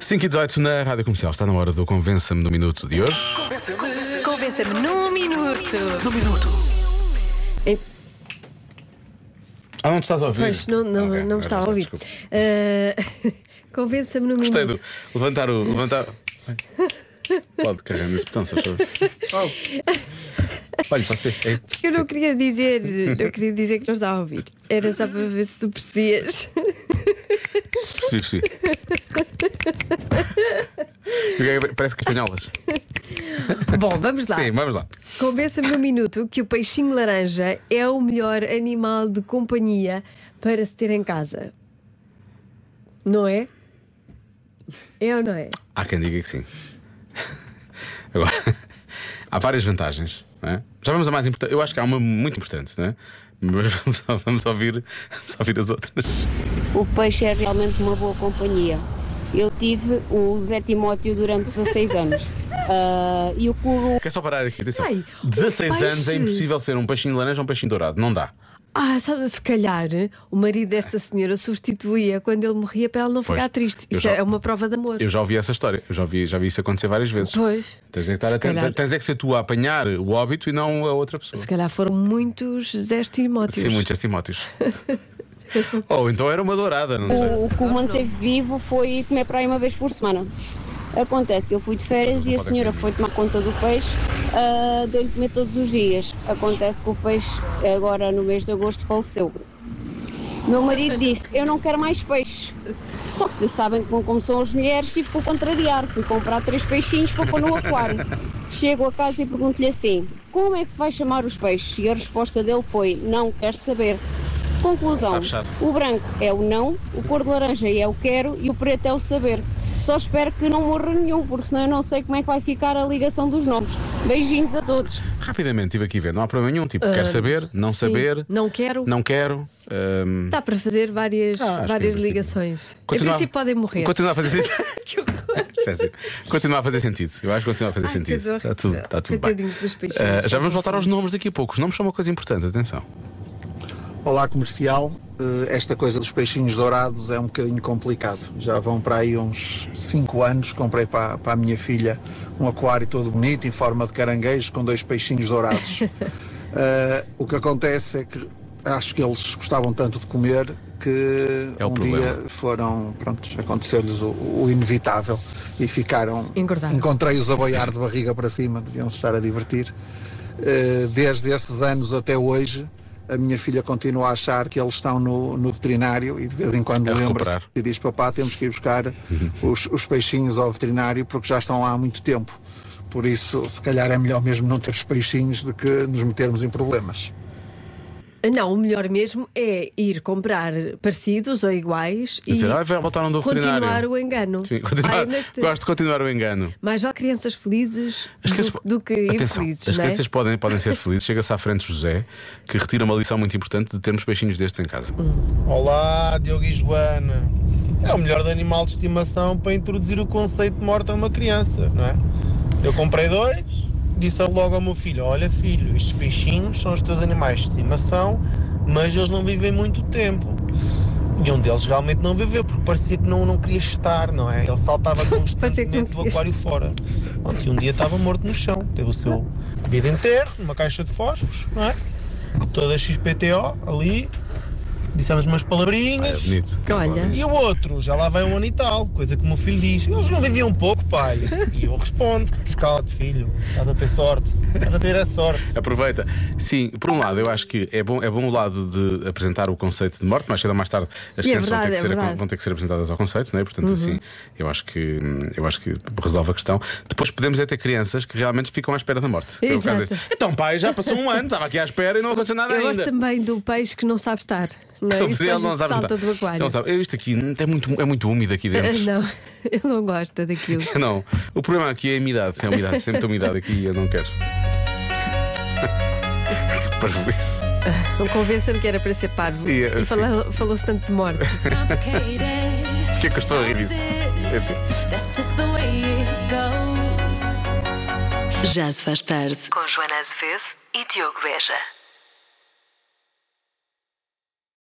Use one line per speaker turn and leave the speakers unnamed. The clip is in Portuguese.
5 e 18 na Rádio Comercial. Está na hora do Convença-me no Minuto de hoje.
Convença-me num minuto.
Ah, não te estás a ouvir?
Pois, não, não,
Ok,
não
agora
me está a
está,
ouvir.
desculpa.
Ah, Convença-me no
Gostei
minuto.
do. Levantar o. Levantar. Pode carregar então, nesse botão, só favor. Olha, você. É,
Eu não queria dizer, não queria dizer que não está a ouvir. Era só para ver se tu percebias.
percebi, percebi. Ok, Parece castanholas.
Bom, vamos lá.
Sim, vamos lá.
Convença-me no minuto que o peixinho laranja é o melhor animal de companhia para se ter em casa. Não é? É ou não é?
Há quem diga que sim. Agora, há várias vantagens. não é? Já vamos a mais importante. Eu acho que há uma muito importante, não é? Mas vamos, vamos, ouvir, vamos ouvir as outras.
O peixe é realmente uma boa companhia. Eu tive o Zé Timóteo durante 16 anos. Ah, e o Kuro
Quer só parar aqui, atenção.
Ai, o
16 anos é
peixe.
impossível ser um peixinho de laranja ou um peixinho dourado. Não dá.
Ah, sabe, se calhar o marido desta senhora substituía quando ele morria para ela não
Pois.
ficar triste.
Eu
Isso
já-
é uma prova de amor.
Eu já ouvi essa história. Eu já ouvi, já vi isso acontecer várias vezes.
Pois.
Tens, é que estar
Se
atento.
calhar.
Tens é que ser tu a apanhar o óbito e não a outra pessoa.
Se calhar foram muitos Zés Timóteos.
Sim, muitos Timóteos. ou então era uma dourada, não sei.
O, o que o manteve vivo foi comer praia uma vez por semana. Acontece que eu fui de férias e a senhora foi tomar conta do peixe, ah, deu-lhe de comer todos os dias. Acontece que o peixe, agora no mês de agosto, faleceu. Meu marido disse: Eu não quero mais peixe. Só que sabem como, como são as mulheres, tive que o contrariar. Fui comprar três peixinhos para pôr no aquário. Chego a casa e pergunto-lhe assim: Como é que se vai chamar os peixes? E a resposta dele foi: Não quero saber. Conclusão:
Está fechado.
O branco é o não, o cor de laranja é o quero e o preto é o saber. Só espero que não morra nenhum, porque senão eu não sei como é que vai ficar a ligação dos nomes. Beijinhos a todos.
Rapidamente estive aqui a ver. Não há problema nenhum. Tipo, quero saber, não
Ah, Sim,
saber,
Não quero.
não quero. hum,
Dá para fazer várias,
Ah, acho que em
várias
princípio-
ligações.
Continua-
Em princípio podem morrer.
Continua a fazer sentido.
Que horror.
Péssimo. continua a fazer sentido. Eu acho que continua a fazer
Ai,
sentido.
que horror.
Está tudo, está tudo bem.
Coitadinhos dos peixinhos.
Ah, já vamos voltar aos nomes daqui a pouco. Os nomes são uma coisa importante, atenção.
Olá comercial, Eh, esta coisa dos peixinhos dourados é um bocadinho complicado. Já vão para aí uns 5 anos, comprei para, para a minha filha um aquário todo bonito em forma de caranguejo com dois peixinhos dourados. Eh, o que acontece é que acho que eles gostavam tanto de comer que
É o
um
problema.
dia foram, pronto, aconteceu-lhes o, o inevitável e ficaram.
Engordaram.
Encontrei-os a boiar de barriga para cima, deviam-se estar a divertir. Uh, desde esses anos até hoje, a minha filha continua a achar que eles estão no, no veterinário e de vez em quando
A
lembra-se
recuperar. Uhum.
e diz: Papá, temos que ir buscar os, os peixinhos ao veterinário porque já estão lá há muito tempo. Por isso, se calhar é melhor mesmo não ter os peixinhos do que nos metermos em problemas.
Não, o melhor mesmo é ir comprar parecidos ou iguais
Quer dizer,
e
ah, voltaram do veterinário.
continuar o engano.
Sim, continuar-
Ai, neste-
Gosto de continuar o engano.
Mais vá crianças felizes
As crianças-
do, do que
Atenção,
infelizes.
As
não é?
crianças podem, podem ser felizes. Chega-se à frente José, que retira uma lição muito importante de termos peixinhos destes em casa.
Olá, Diogo e Joana. É o melhor de animal de estimação para introduzir o conceito de morte a uma criança, não é? Eu comprei dois, disse logo ao meu filho: Olha, filho, estes peixinhos são os teus animais de estimação, mas eles não vivem muito tempo. E um deles realmente não viveu, porque parecia que não, não queria estar, não é? Ele
Parecia
saltava
que não
constantemente do
queria
aquário fora. Ontem um dia estava morto no chão, teve o seu vida enterro, numa caixa de fósforos, não é? Toda XPTO ali, dissemos umas
Ah, é
palavrinhas.
bonito.
Olha.
e o outro, já lá vai um ano e tal, coisa que o meu filho diz, eles não viviam pouco, pai. E eu respondo, escala filho, estás a ter sorte, estás a ter a sorte.
Aproveita. Sim, por um lado, eu acho que é bom, é bom o lado de apresentar o conceito de morte, mais cedo ou mais tarde as
E é
crianças vão, ter
verdade,
que
é
ser,
verdade. Uhum.
vão ter que ser apresentadas ao conceito, não é? Portanto, assim, eu acho, que, eu acho que resolve a questão. Depois podemos é ter crianças que realmente ficam à espera da morte. Que é o caso
Exato.
deste. Então, pai, já passou um ano, estava aqui à espera e não aconteceu nada
Eu gosto
ainda.
também do peixe que não sabe estar. Não é?
Ele
E só lhe
não sabe
salta
nadar.
do aquário.
Não sabe. Eu, isto aqui é muito, é muito úmido aqui dentro.
não, eu não gosto daquilo.
Não, o problema aqui é a umidade. É a umidade, sempre tem umidade aqui e eu não quero. Que parvoíce.
Não convença-me que era para ser parvo.
E,
E,
eh,
fala- falou-se tanto de morte.
O que é que eu estou a rir disso? É assim. Enfim.
Já se faz tarde com Joana Azevedo e Diogo Beja.